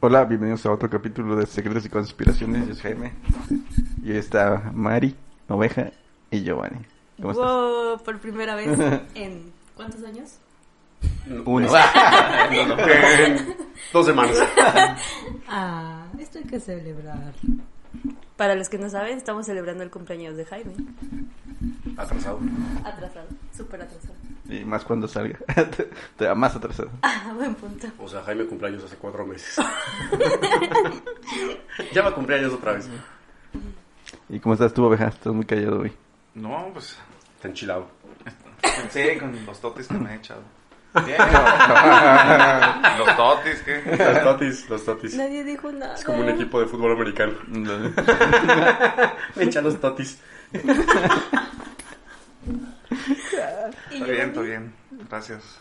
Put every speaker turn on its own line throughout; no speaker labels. Hola, bienvenidos a otro capítulo de Secretos y Conspiraciones. Yo soy Jaime. Y ahí está Mari, Oveja y Giovanni. ¿Cómo estás?
Wow, por primera vez en ¿cuántos años?
Uno.
No, no, en dos semanas.
Ah, esto hay que celebrar.
Para los que no saben, estamos celebrando el cumpleaños de Jaime.
Atrasado.
Atrasado, súper atrasado.
Y más cuando salga. Te da más atrasado.
Ah, buen punto.
O sea, Jaime cumpleaños hace cuatro meses. ya va a cumpleaños otra vez.
¿Y cómo estás tú, Oveja? Estás muy callado hoy.
No, pues
Está enchilado.
pensé con los totis que me he echado. Bien. los totis, ¿qué?
Los tatis, los tatis.
Nadie dijo nada.
Es como un equipo de fútbol americano. Me echan los tatis.
Y
Está
yo-
bien, está bien. Gracias.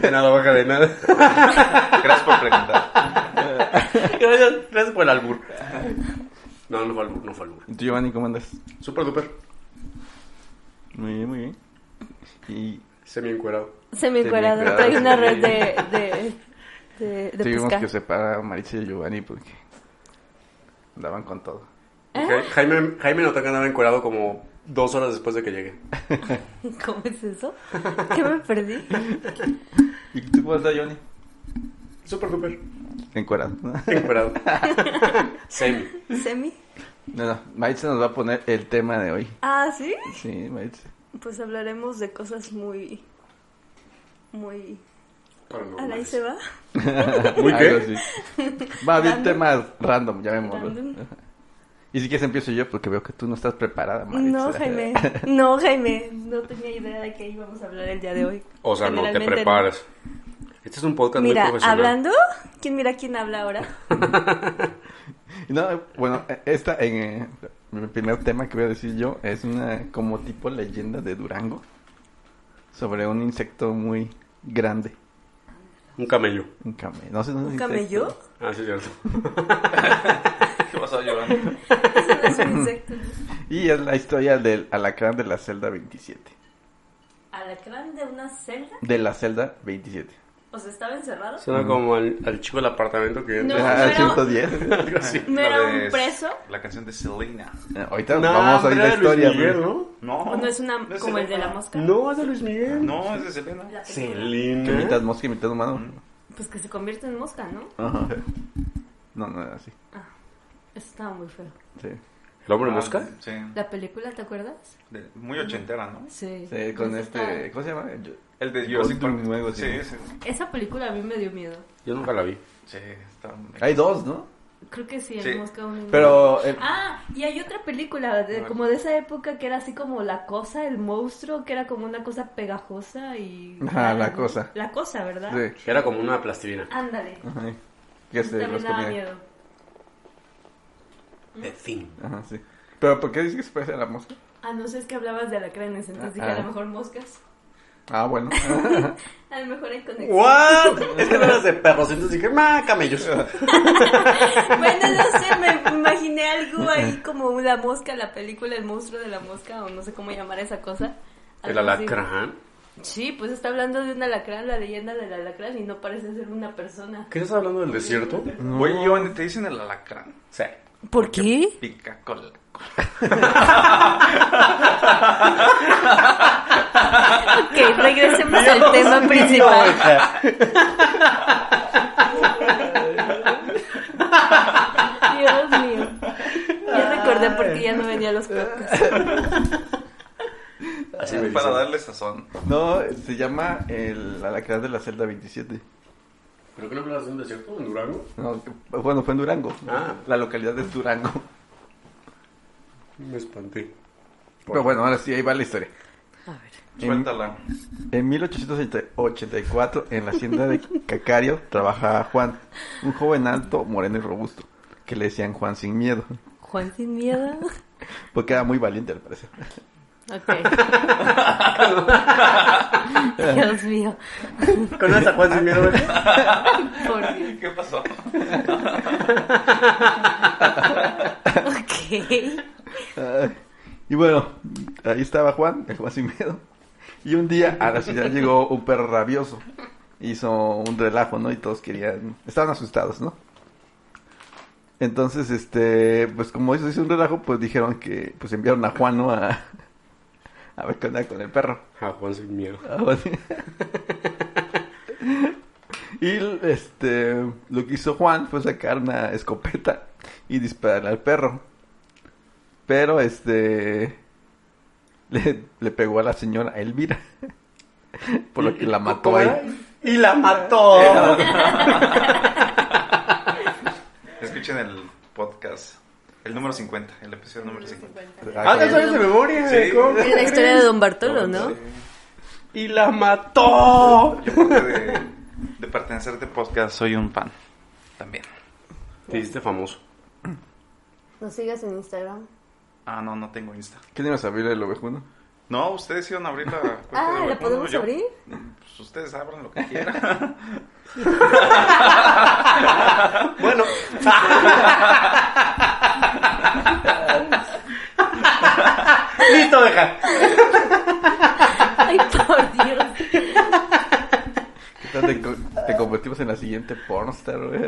De nada, baja de nada.
Gracias por preguntar.
Gracias, gracias por el albur. No, no fue albur, no fue albur.
¿Y tú, Giovanni, cómo andas?
Super duper.
Muy bien, muy bien. Y
Semi encuerado.
Se me encuadrado,
encuadrado.
trae una red de, de, de, de
tuvimos
pesca.
que separar a Maricha y Giovanni porque andaban con todo.
Ok, Jaime, Jaime notó que andaba encuerado como dos horas después de que llegue.
¿Cómo es eso? ¿Qué me perdí?
¿Y tú cómo estás, Giovanni?
Super duper.
Encuerado. ¿no?
Encuerado. Semi.
¿Semi?
No, no, Maritza nos va a poner el tema de hoy.
Ah, ¿sí?
Sí, Maritza.
Pues hablaremos de cosas muy... Muy... Ah,
Paranormales.
ahí se va.
¿Muy
Algo
qué?
así. Va a haber
Random.
temas random, llamémoslo.
Random.
Y si quieres empiezo yo porque veo que tú no estás preparada, Maritza.
No, Jaime. No, Jaime. No tenía idea de qué íbamos a hablar el día de hoy.
O sea, no te
Generalmente
preparas. Este es un podcast muy
Mira,
profesional.
hablando, ¿quién mira quién habla ahora?
No, bueno, esta, en, eh, mi primer tema que voy a decir yo es una como tipo leyenda de Durango sobre un insecto muy grande,
Un camello.
un camello. No sé, no es
¿Un camello?
insecto.
Ah, sí, es cierto.
¿Qué pasó, Giovanni?
Eso no es un insecto.
Y es la historia del alacrán de la celda 27.
¿Alacrán de una celda?
De la celda 27.
O sea, ¿estaba encerrado?
Suena como al, al chico del apartamento que
No,
viene.
Ah,
pero-
110.
Algo así.
¿No era
La
un
de-
preso?
La canción de Selena.
Eh, Ahorita
No,
vamos a oír la
hombre, Luis
historia.
Miguel,
güey.
¿no?
No.
¿O no es una, como el de la mosca?
No, es de Luis Miguel.
No, es de Selena.
La película.
Que mitad
Selena.
mosca y mitad humano.
Pues que se convierte en mosca, ¿no?
Ajá. No, no era así.
Eso estaba muy feo.
Sí.
¿El hombre mosca?
Ah, Sí.
¿La película, te acuerdas?
De- muy ochentera, ¿no?
Sí.
Sí, con
Esa
este.
estaba-
¿Cómo se llama? Yo-
El de
Jurassic
Jurassic
Park.
Park.
Sí,
Sí, sí.
Esa película a mí me dio miedo.
Yo nunca la vi.
Sí, está...
Hay dos, ¿no?
Creo que sí, el
Sí.
mosca un
Mm. Pero. el-
Ah, y hay otra película de- como de esa época que era así como la cosa, el monstruo, que era como una cosa pegajosa y...
Ajá, La Cosa.
La cosa, ¿verdad?
Sí.
Era como una plastilina.
Ándale.
Ajá. Que se
También
los
daba
comía.
miedo.
De fin.
Ajá, sí. Pero ¿por qué dices que se parece a la mosca?
Ah, no sé, es que hablabas de alacranes, entonces dije
Ah.
a lo mejor moscas.
Ah, bueno.
A lo mejor hay conexión.
¿What? Es que no eras de perros, entonces dije, ¡ma, camellos!
Bueno, no sé, me imaginé algo ahí como la mosca, la película, el monstruo de la mosca, o no sé cómo llamar esa cosa.
El
Algo así.
alacrán.
Sí, pues está hablando de un alacrán, la leyenda del alacrán, y no parece ser una persona.
¿Qué estás hablando del desierto?
Oye, Giovanni, te dicen el alacrán.
Sí.
¿Por qué?
Pica cola.
Ok, regresemos al tema principal. Dios mío. Ya recordé por qué ya no venía a los podcasts.
Así me
Para
dicen.
darle sazón.
No, se llama el alacrán de la celda 27.
¿Pero qué no hablas de un desierto? ¿En Durango?
No, que- bueno, fue en Durango.
Ah.
La localidad es Durango.
Me espanté.
Pero bueno, ahora sí, ahí va la historia.
A ver.
En,
Suéltala.
en 1884, en la hacienda de Cacario, trabaja Juan, un joven alto, moreno y robusto, que le decían Juan sin miedo,
Juan sin miedo.
porque era muy valiente al parecer.
Ok. Dios mío.
Con esa Juan sin miedo.
Por Dios.
¿Qué pasó?
Ok.
Ay, y bueno, ahí estaba Juan, el Juan sin miedo. Y un día a la ciudad llegó un perro rabioso. Hizo un relajo, ¿no? Y todos querían... Estaban asustados, ¿no? Entonces, este, pues como eso hizo un relajo, pues dijeron que, pues enviaron a Juan, ¿no? A, a ver qué onda con el perro.
A Juan sin miedo.
Ah, bueno. y este, lo que hizo Juan fue sacar una escopeta y dispararle al perro. Pero este, le, le pegó a la señora Elvira. Por lo que la mató ahí.
Y la mató.
Escuchen el podcast. El número 50, el episodio número 50.
Ah, te sabes de memoria.
Sí.
¿cómo
Es la historia de
crees?
Don Bartolo, ¿no?
Y la mató.
Yo creo que de, de pertenecer de podcast soy un fan. También.
Te hiciste famoso.
¿Nos sigas en Instagram?
Ah, no, no tengo Insta.
¿Quién iba a saber el ovejuno?
No, ustedes iban a abrir la cuenta de
Ah, ¿la
Webmundo,
podemos
yo-
abrir?
Pues ustedes abran lo que quieran.
Bueno, listo, deja.
Ay, por Dios.
¿Qué tal te, co- te convertimos en la siguiente pornstar, güey?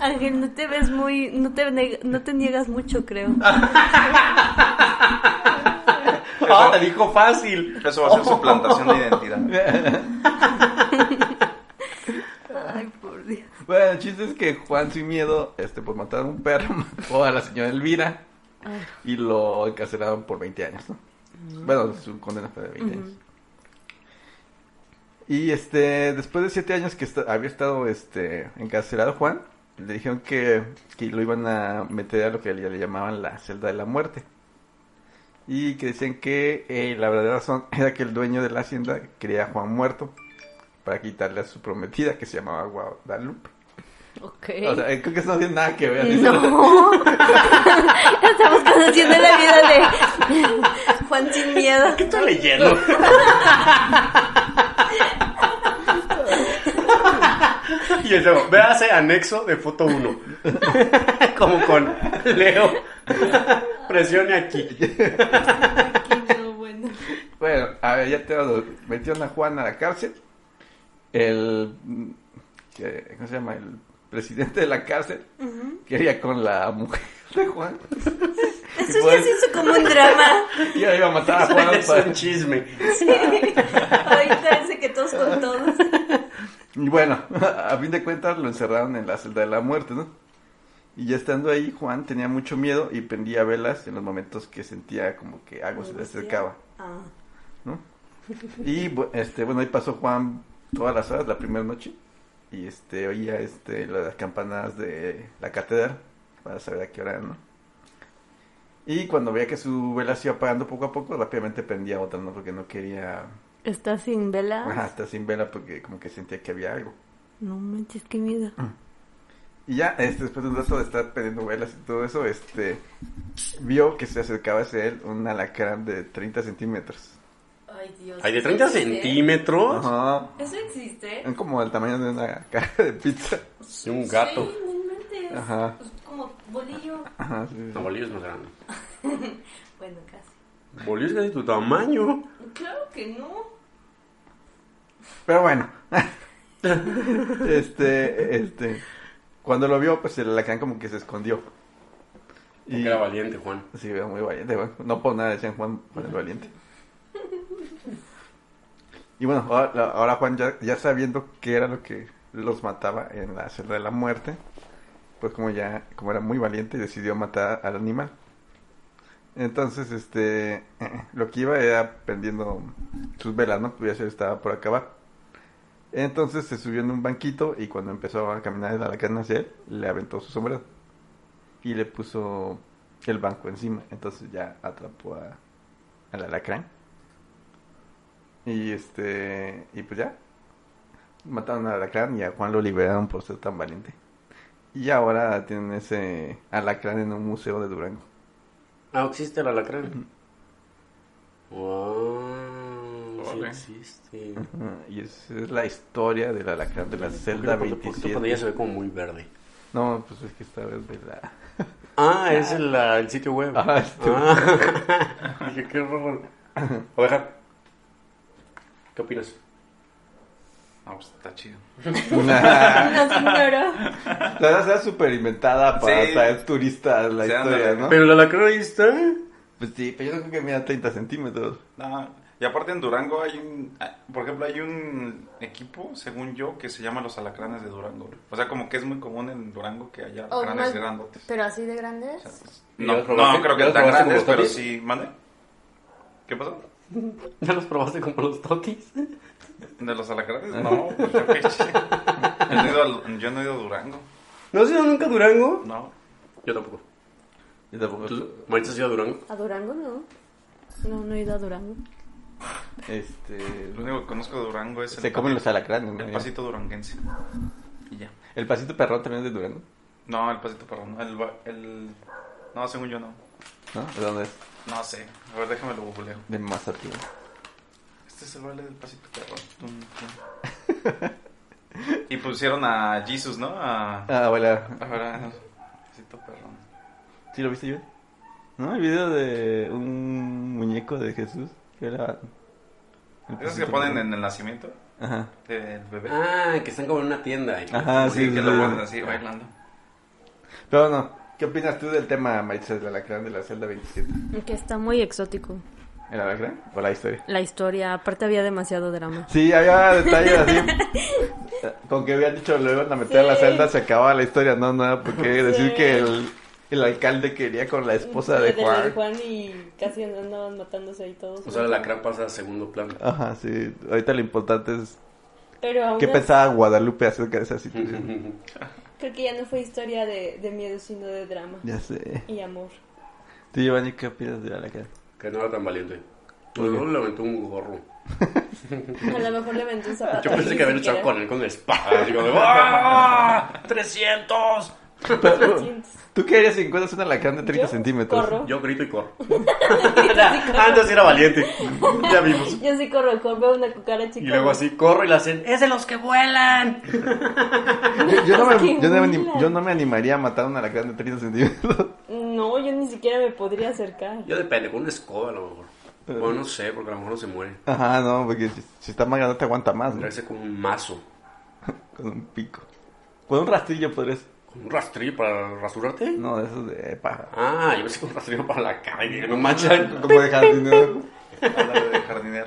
Ángel, no te ves muy. No te, neg- no te niegas mucho, creo.
Ah, te dijo fácil.
Eso va a ser su plantación de identidad.
Ay, por Dios.
Bueno, el chiste es que Juan sin miedo, este, pues mataron a un perro, mató a la señora Elvira y lo encarcelaron por 20 años, ¿no? Bueno, su condena fue de 20 años. Y este, después de 7 años que esta- había estado este, encarcelado Juan, le dijeron que, que lo iban a meter a lo que le, le llamaban la celda de la muerte. Y que decían que eh, la verdadera razón era que el dueño de la hacienda quería a Juan muerto para quitarle a su prometida que se llamaba Guadalupe.
Ok.
O sea, eh, creo que eso no tiene nada que ver.
No. Estamos conociendo la vida de Juan sin miedo.
¿Qué estás leyendo? Y el luego, véase anexo de foto 1. Como con Leo. Presione aquí.
No, bueno.
Bueno, a ver, ya te lo metieron a Juan a la cárcel. El. mm, que- ¿Cómo se llama? El presidente de la cárcel quería con la mujer de Juan.
Eso ya
Igual.
se hizo como un drama.
Y ahora iba a matar a Juan. pues.
Es
para-
un chisme.
Sí. Ahorita ese que todos con todos.
Y bueno, a fin de cuentas lo encerraron en la celda de la muerte, ¿no? Y ya estando ahí, Juan tenía mucho miedo y prendía velas en los momentos que sentía como que algo se le acercaba.
Ah.
¿no? Y bu- este, bueno, ahí pasó Juan todas las horas, la primera noche, y este, oía este, las campanadas de la catedral para saber a qué hora, era, ¿no? Y cuando veía que su vela se iba apagando poco a poco, rápidamente prendía otra, ¿no? Porque no quería
¿Está sin vela?
ajá, estar sin vela porque como que sentía que había algo.
No manches, qué miedo.
Y ya, este, después de un rato de estar prendiendo velas y todo eso, este, vio que se acercaba hacia él un alacrán de 30 centímetros.
Ay, Dios.
Hay de 30 centímetros.
Ajá.
¿Eso existe?
Es como el tamaño de una caja de pizza.
Y Mm, un gato.
Sí, no inventes.
Ajá.
Pues como bolillo.
Ajá, sí, sí.
No, bolillo es más grande.
Bueno, casi.
Bolillo es casi tu tamaño.
Claro que no.
Pero bueno. este, este. Cuando lo vio, pues el alacrán como que se escondió.
Porque era valiente, Juan.
Sí, era muy valiente, güey. No por nada decían Juan, Juan el Valiente. Y bueno, ahora, ahora Juan ya, ya sabiendo qué era lo que los mataba en la celda de la muerte, pues como ya, como era muy valiente, decidió matar al animal. Entonces, este, lo que iba era pendiendo sus velas, ¿no? Que ya se estaba por acabar. Entonces se subió en un banquito y cuando empezó a caminar el alacrán hacia él, le aventó su sombrero y le puso el banco encima. Entonces ya atrapó a, al alacrán. Y este, y pues ya mataron al alacrán y a Juan lo liberaron por ser tan valiente. Y ahora tienen ese alacrán en un museo de Durango.
Ah, existe el alacrán. Wow. Sí
Órale.
existe.
Ah, Y esa es la historia del alacrán de la celda
Porque cuando
27.
ella se ve como muy verde.
No, pues es que esta vez de la.
Ah, es el, ah, el sitio web.
Ah, es tu-
Ah. Dije, qué horror. Oveja. ¿Qué opinas?
No, pues está chido.
Ah.
Nos ignoró.
La verdad está súper inventada para
Sí.
traer turistas la
Sí,
historia,
ándale.
¿no?
Pero la lacra ahí está.
Pues sí, pero yo creo que mira 30 centímetros.
No, Y aparte en Durango hay un, ah, por ejemplo, hay un equipo, según yo, que se llama los alacranes de Durango. O sea, como que es muy común en Durango que haya
O
alacranes
Oh, más-
grandotes.
Pero así de grandes.
¿Y
No,
ya los probaste?
no creo
¿Ya
que
los
tan
probaste
grandes,
como
pero
totis?
sí, ¿mande? ¿Qué pasó?
¿Ya los probaste como los totis?
¿De los
Ah.
alacranes? No, pues yo qué sé. Yo no he ido al- yo no he ido a Durango,
¿No has ido nunca a Durango?
no.
Yo tampoco.
Yo tampoco.
¿Tú, Maritza, has ido a Durango?
¿A Durango no? No, no he ido a Durango.
Este.
Lo único que conozco de Durango es el,
Se comen
pa-
los alacranes, ¿no?
el pasito duranguense. Y ya.
El pasito perrón también es de Durango,
No, el pasito, perdón. El, ba- el... No, según yo no.
¿no? ¿De dónde es?
No sé. A ver, déjame lo googleo.
De Mazatlán.
Este es el baile del pasito perro. Tum, tum. y pusieron a Jesus, ¿no? A,
Ah, abuela.
a ver, a- pasito perro.
¿Sí lo viste yo? ¿No? El video de un muñeco de Jesús. Que era. el
Esos que
pasito
ponen
perrón.
en el nacimiento
Ajá.
del bebé.
Ah, que están como en una tienda. y-
Ajá, Ah,
sí,
sí,
que
sí,
lo
sí.
ponen así bailando.
Pero no. ¿Qué opinas tú del tema, Maritza, del alacrán de la celda 27?
Que está muy exótico.
¿El alacrán? ¿O la historia?
La historia, aparte había demasiado drama.
Sí, había detalles así. Con que habían dicho lo iban a meter a la
Sí.
celda, se acababa la historia. No, nada, porque decir
Sí.
que el, el alcalde quería con la esposa de
Desde
Juan.
el Juan y casi andaban matándose ahí todos.
O sea, la crapa pasa a segundo plano.
Ajá, sí. Ahorita lo importante es
Pero aún
qué
así,
pensaba Guadalupe acerca de esa situación.
creo que ya no fue historia de, de miedo, sino de drama
ya sé.
y amor.
Tú, Giovanni, ¿qué opinas de alacrán?
Que no era tan valiente. Pues luego le aventó un gorro.
A lo mejor le vendí un zapato.
Yo pensé
ahí
que había
sin
luchado
querer.
con él con la espada. Digo, ¡ah! ¡300!
¿Tú qué harías si encuentras un alacrán de 30
Yo
centímetros?
corro.
Yo grito y corro. Antes era valiente. Ya vimos.
Yo sí corro, corro, veo una cucaracha
Y luego así corro y la hacen. ¡Es de los que vuelan!
Yo, yo no
Es que
me, yo no me anim-
vuela.
yo no me animaría a matar un alacrán de 30 centímetros.
No, yo ni siquiera me podría acercar.
Yo depende, con una escoba a lo mejor. Bueno, no sé, porque a lo mejor no se muere.
Ajá, no, porque si, si está más grande te aguanta más, ¿no?
Tendría que ser como un mazo.
Con un pico. Con un rastrillo podrías.
¿Con un rastrillo para rasurarte?
No, de esos de paja.
Ah, yo pensé que un rastrillo para la calle. No manches.
Como de jardinero.
Ándale, de jardinero.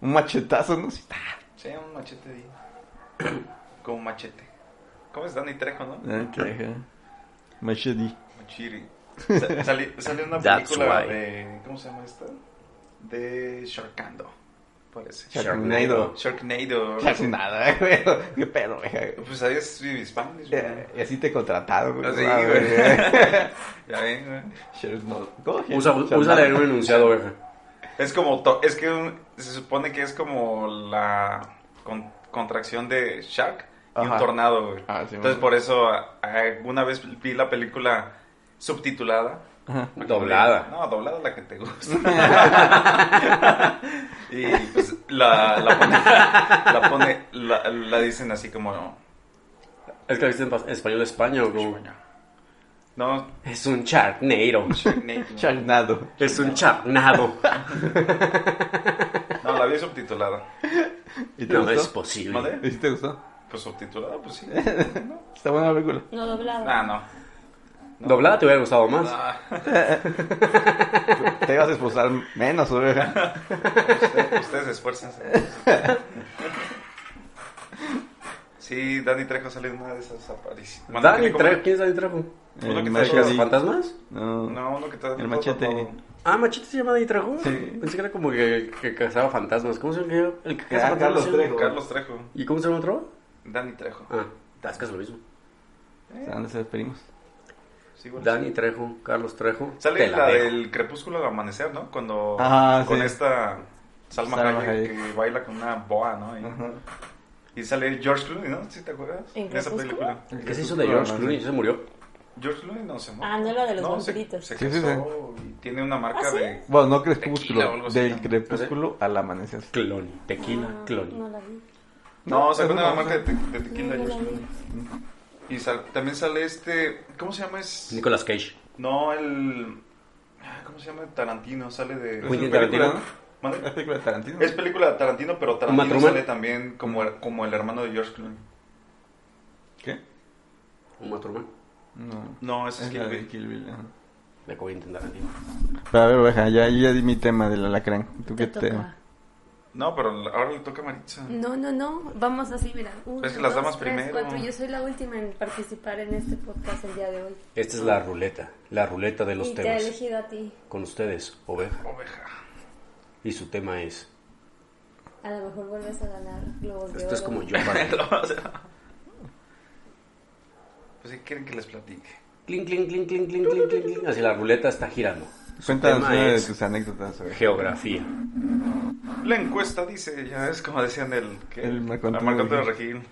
Un machetazo, ¿no? Sí, ta.
Sí, un machete ahí. Como machete. ¿Cómo es Danny Trejo, no?
Ay, qué ajá. Machete.
Chiri. Sa- Sali, salió una
That's
película
why.
de. ¿Cómo se llama esta? De Sharkando. Parece.
Sharknado.
Sharknado.
nada, güey. Qué pedo, güey.
Pues ahí es mi Spanish, güey.
Eh, Y así te contrataron, güey.
Así,
Ah,
güey.
güey.
Ya ven, güey.
Sharknado. ¿Cómo?
Usa, úsala en un enunciado, oveja.
Es como. to- es que un- se supone que es como la con- contracción de Shark y
Ajá.
un tornado, güey.
Ah, sí, bueno.
Entonces por eso a- alguna vez vi la película subtitulada.
Ajá.
Doblada.
No, doblada la que te gusta. y pues la, la pone, la, pone la, la dicen así como no,
Es que la viste en pas- en español de España o cómo?
no,
Es un charneiro.
Sharknado.
Sharknado.
Es un charnado.
no, la vi subtitulada.
¿Y te
No
gustó?
es posible.
¿Mande?
¿Y si te gustó?
Pues subtitulada, pues sí.
Está buena la película.
No doblado.
Ah, no.
Doblada te hubiera gustado más.
Ah,
Te ibas a expulsar menos, oveja.
usted- este, ustedes esfuérzanse. Sí, Dani Trejo salió en una de esas apariciones. Bueno,
Dani
¿cómo era?
Trejo, ¿quién es Dani Trejo?
Uno
Eh,
que
¿El
Sí.
Machete.
cazafantasmas?
No.
No, uno que está
El machete.
Ah, Machete se llama Dani Trejo.
Sí.
Pensé que era como que, que cazaba fantasmas. ¿Cómo se llama? El que cazaba
Ah,
fantasmas.
Carlos
¿sí?
Trejo.
Carlos Trejo.
¿Y cómo se llama otro?
Dani Trejo.
Ah, es casi lo mismo.
¿A dónde se despedimos?
Sí, bueno,
Dani
sí.
Trejo, Carlos Trejo.
Sale
te
la,
dejo.
del crepúsculo al amanecer, ¿no? Cuando
Ah,
con
sí.
esta Salma,
Salma
Hayek
Hayek.
que baila con una boa, ¿no? Y, y sale George Clooney, ¿no? ¿Sí te acuerdas?
¿En
De esa
Crepúsculo?
película.
¿Qué se hizo de George Clooney? ¿Se murió?
George Clooney no se muere.
Ah, no, la de los
se-
vampiritos.
Se,
Sí, sí,
casó y tiene una marca
¿Ah, sí?
de
Bueno, no
Tequila o algo
crepúsculo.
así,
Del
¿no?
crepúsculo al amanecer.
Clon, tequila,
Ah,
clon.
No la vi.
No, sacó
no,
una
no,
marca de,
no.
te- de tequila
No, no la
George Clooney. Y sal- también sale este, ¿cómo se llama? Es
Nicolas Cage.
no el ah, ¿cómo se llama? Tarantino, sale de
Quentin
película,
Tarantino.
¿no? ¿Mande?
¿Es película de Tarantino?
Es película de Tarantino, pero
¿Uma
Tarantino
Thurman?
sale también como, el- como el hermano de George Clooney.
¿Qué?
Uma Thurman.
No.
No, ese
Es
es Kill
la de
Bill.
Kill Bill. ajá.
Le acabo de intentar a ti.
Pero a ver, oveja, ya, yo ya di mi tema del alacrán. ¿Tú qué
Te toca.
tema?
No, pero ahora le toca a Maritza.
No, no, no. Vamos así, mira. Uno,
Es Pues que las
dos,
damas
tres,
primero.
cuatro. Yo soy la última en participar en este podcast el día de hoy.
Esta es la ruleta, la ruleta de los
y te he
temas.
elegido a ti.
Con ustedes, Oveja.
Oveja.
Y su tema es...
A lo mejor vuelves a ganar globos de oro.
Esto es como yo, Barbie.
Pues si quieren que les platique.
Clink, clink, clink, clink, clink, clink, clink, clink. Así la ruleta está girando. Su
Cuéntanos
tema
una eh, de
es
tus anécdotas. oveja.
Geografía.
La encuesta dice, ya es como decían el... ¿qué?
El Marco
Ah,
Antonio
Marco Antonio Regil.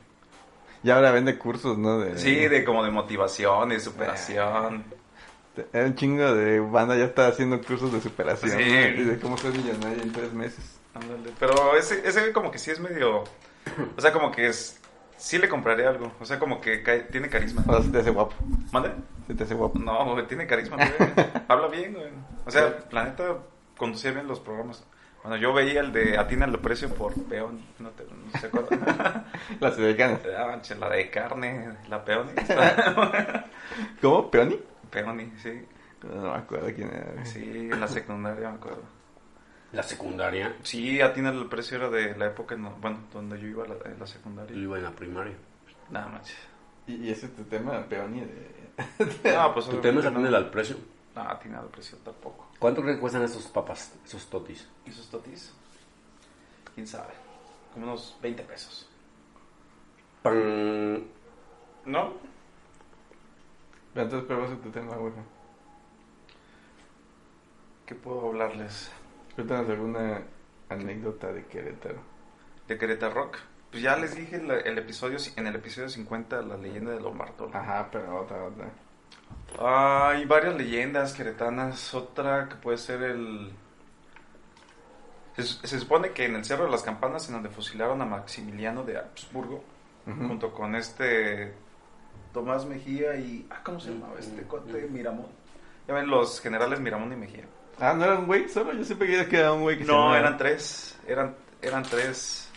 Y ahora vende cursos, ¿no? De,
Sí, de como de motivación, de superación.
Ah. Te- Un chingo de banda ya está haciendo cursos de superación.
Sí.
Y de cómo ser millonario en tres meses.
Ándale, Pero ese, ese como que sí es medio... O sea, como que es... Sí le compraré algo. O sea, como que ca- tiene carisma.
O sea, se te hace guapo.
¿Mande?
Se te hace guapo.
No, güey, tiene carisma. güey. Habla bien, güey. O sea, Planeta conducía bien los programas. Bueno, yo veía el de Atina el precio por peón. No, te, no se acuerdan.
Las veganas.
Ah, che, la de carne, la peón.
¿Cómo? ¿Peoni?
Peoni, sí.
No me acuerdo quién era. güey.
Sí, en la secundaria me acuerdo.
La secundaria.
Sí, Atina el precio era de la época, en la- bueno, donde yo iba a la, en la
Yo
secundaria.
iba en la primaria.
Nada más.
Y, y ese es tu tema, Peoni. De...
No, pues
Tu tema es
obviamente
atender al precio.
No, No, Atina el precio tampoco.
¿Cuánto creen que cuestan esos papas, esos totis?
¿Y sus totis? ¿Quién sabe? Como unos 20 pesos.
Pan.
¿No?
Pero entonces, pero vas a tu tema, güey.
¿Qué puedo hablarles?
Cuéntanos alguna anécdota de Querétaro.
De Querétaro Rock. Pues ya les dije en la- el episodio, en el episodio 50, la leyenda de Don Bartolo.
Ajá, pero otra, otra.
Hay varias leyendas queretanas. Otra que puede ser el. Se, se supone que en el Cerro de las Campanas, en donde fusilaron a Maximiliano de Habsburgo, junto con este Tomás Mejía y. Ah, ¿Cómo se llamaba este cuate? Miramón. Ya ven, los generales Miramón y Mejía.
Ah, ¿no era un güey solo? Yo siempre creía que era un güey que se
No,
llamaba-
eran tres. Eran, eran tres.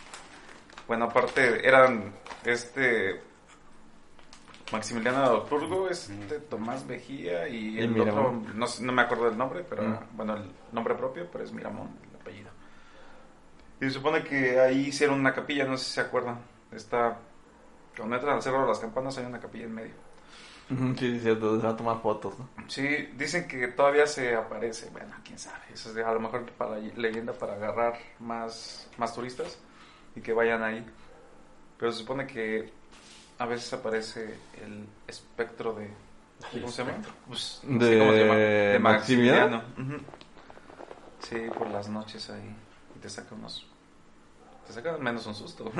Bueno, aparte, eran este. Maximiliano de Habsburgo, este Tomás Mejía y
Y
el
Miramón.
otro, no, sé- no me acuerdo del nombre, pero
Mm.
bueno, el nombre propio, pero es Miramón, el apellido. Y se supone que ahí hicieron una capilla, no sé si se acuerdan. Está, cuando entran al Cerro de las Campanas hay una capilla en medio.
Ujú, Sí, sí, cierto, se van a tomar fotos, ¿no?
Sí, dicen que todavía se aparece. Bueno, quién sabe. Eso es de- a lo mejor para leyenda para agarrar más, más turistas y que vayan ahí. Pero se supone que a veces aparece el espectro de. ¿Cómo se llama? Pues, no sé
De
cómo se llama. De
Maximiliano.
Maximiliano. Ujú. Sí, por las noches ahí. Y te saca unos. Te saca al menos un susto.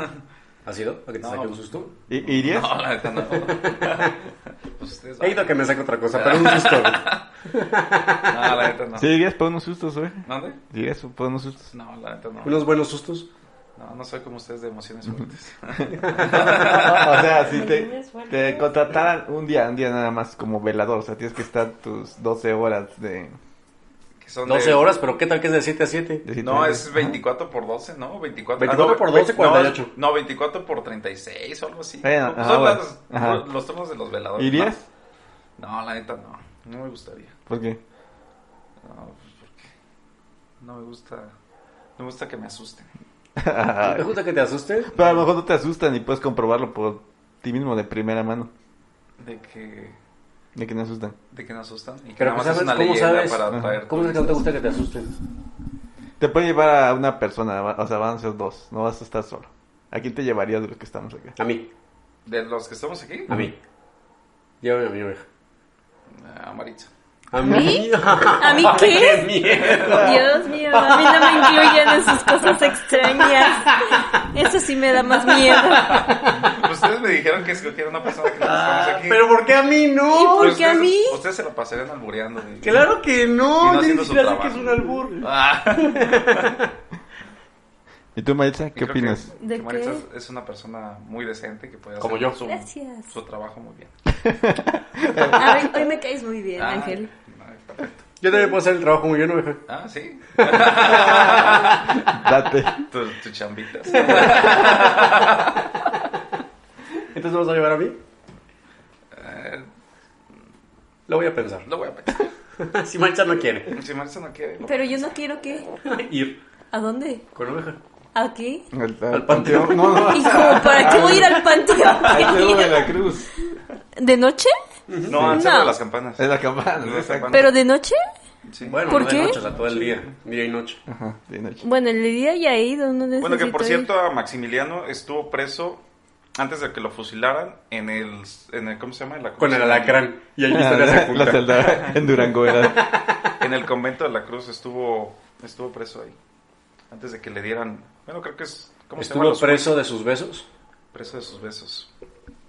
¿Has ido? ¿A que te
No.
saque un susto?
¿I- ¿Irías?
No, la neta no. Pues ustedes
He ido a que me saque otra cosa, pero un susto.
No, la neta no.
Sí, irías por unos sustos, güey.
¿Dónde?
Irías por unos sustos.
No, la neta no.
Unos buenos sustos.
No, no soy como ustedes de emociones fuertes.
o sea, si te,
Tienes fuerte.
te contrataran un día, un día nada más como velador, o sea, tienes que estar tus 12 horas de...
Que son de-
12 horas, pero ¿qué tal que es de 7 a 7?
de
No,
siete-
es 24 por 12, ¿no? 24,
24
no,
por 12,
no,
48.
No, 24 por 36 o algo así.
Eh,
Son-
ajá,
son
bueno.
las-
Ajá.
los, los turnos de los veladores.
¿Irías?
¿no? No, la neta no. No me gustaría.
¿Por qué?
No, pues, porque no me gusta. No me gusta que me asusten.
¿Te gusta que te asustes?
Pero a lo mejor no te asustan y puedes comprobarlo por ti mismo de primera mano,
De que,
de que no asustan.
de que me asustan. Y que
Pero
nada
pues,
más es
¿sabes
una
cómo
leyenda
sabes?
para
Ajá.
atraer.
¿Cómo es que no te gusta que te asustes?
Te pueden llevar a una persona, va- o sea, van a ser dos, no vas a estar solo. ¿A quién te llevarías de los que estamos acá?
A mí,
De los que estamos aquí,
a mí. Llévame a mi oveja.
a Ah, Maritza.
¿A mí?
¿A mí qué? Dios mío, a mí no me incluyen en sus cosas extrañas. Eso sí me da más miedo.
Pues, Ustedes me dijeron que escogiera una persona que no estamos aquí.
Ah, ¿Pero por qué a mí
¿Y
no?
por
Ustedes-
qué a mí?
Ustedes se la pasarían albureando. güey.
Claro que
Y
no.
no
ya
haciendo
ni
su
siquiera sé que es
trabajo.
un albur.
Ah,
¿Y tú, Maritza, qué
creo que-
opinas?
que
¿De qué?
Maritza es- es una persona muy decente que puede hacer
Como yo.
Su,
Gracias.
su trabajo muy bien.
A ver, hoy me caes muy bien,
Ah,
Ángel.
ay, perfecto.
Yo también puedo hacer el trabajo muy bien, oveja.
Ah, sí.
Date.
Tus tus chambitas.
Entonces, ¿me vas a llevar a mí?
Eh,
Lo voy a pensar.
lo voy a pensar.
si Mancha no quiere
Si Marcia no quiere. lo-
Pero yo no quiero que.
ir
¿A dónde?
con oveja.
¿A qué?
Al,
Al panteón.
No, no.
Hijo, ¿para qué voy a ir al panteón?
Al Cerro de la Cruz.
¿De noche?
No, al cerro
No.
de las campanas.
Es la campana.
La
exacto.
campana.
¿Pero de noche?
Sí.
Bueno,
¿Por
no
qué?
de noche, o sea, todo el día. Día y noche.
Ajá, de noche.
Bueno, el día ya he ido. No
Bueno, que por
necesito ir.
cierto, a Maximiliano estuvo preso antes de que lo fusilaran en el, en el ¿cómo se llama? En la cruz.
Con el alacrán. Y hay
Ah,
historias de
la, la
ocultar.
celda en Durango era.
En el convento de la cruz estuvo, estuvo preso ahí. Antes de que le dieran, bueno, creo que es, ¿cómo se llama?
Estuvo
Los-
preso de sus besos.
preso de sus besos.